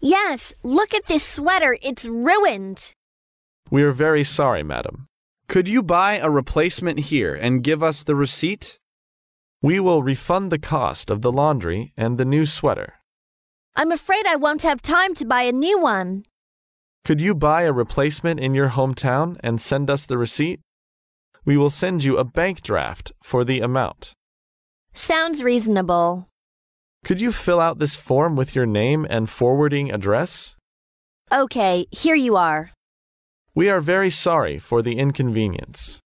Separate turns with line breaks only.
Yes, look at this sweater. It's ruined.
We are very sorry, madam. Could you buy a replacement here and give us the receipt? We will refund the cost of the laundry and the new sweater.
I'm afraid I won't have time to buy a new one.
Could you buy a replacement in your hometown and send us the receipt? We will send you a bank draft for the amount.
Sounds reasonable.
Could you fill out this form with your name and forwarding address?
Okay, here you are.
We are very sorry for the inconvenience.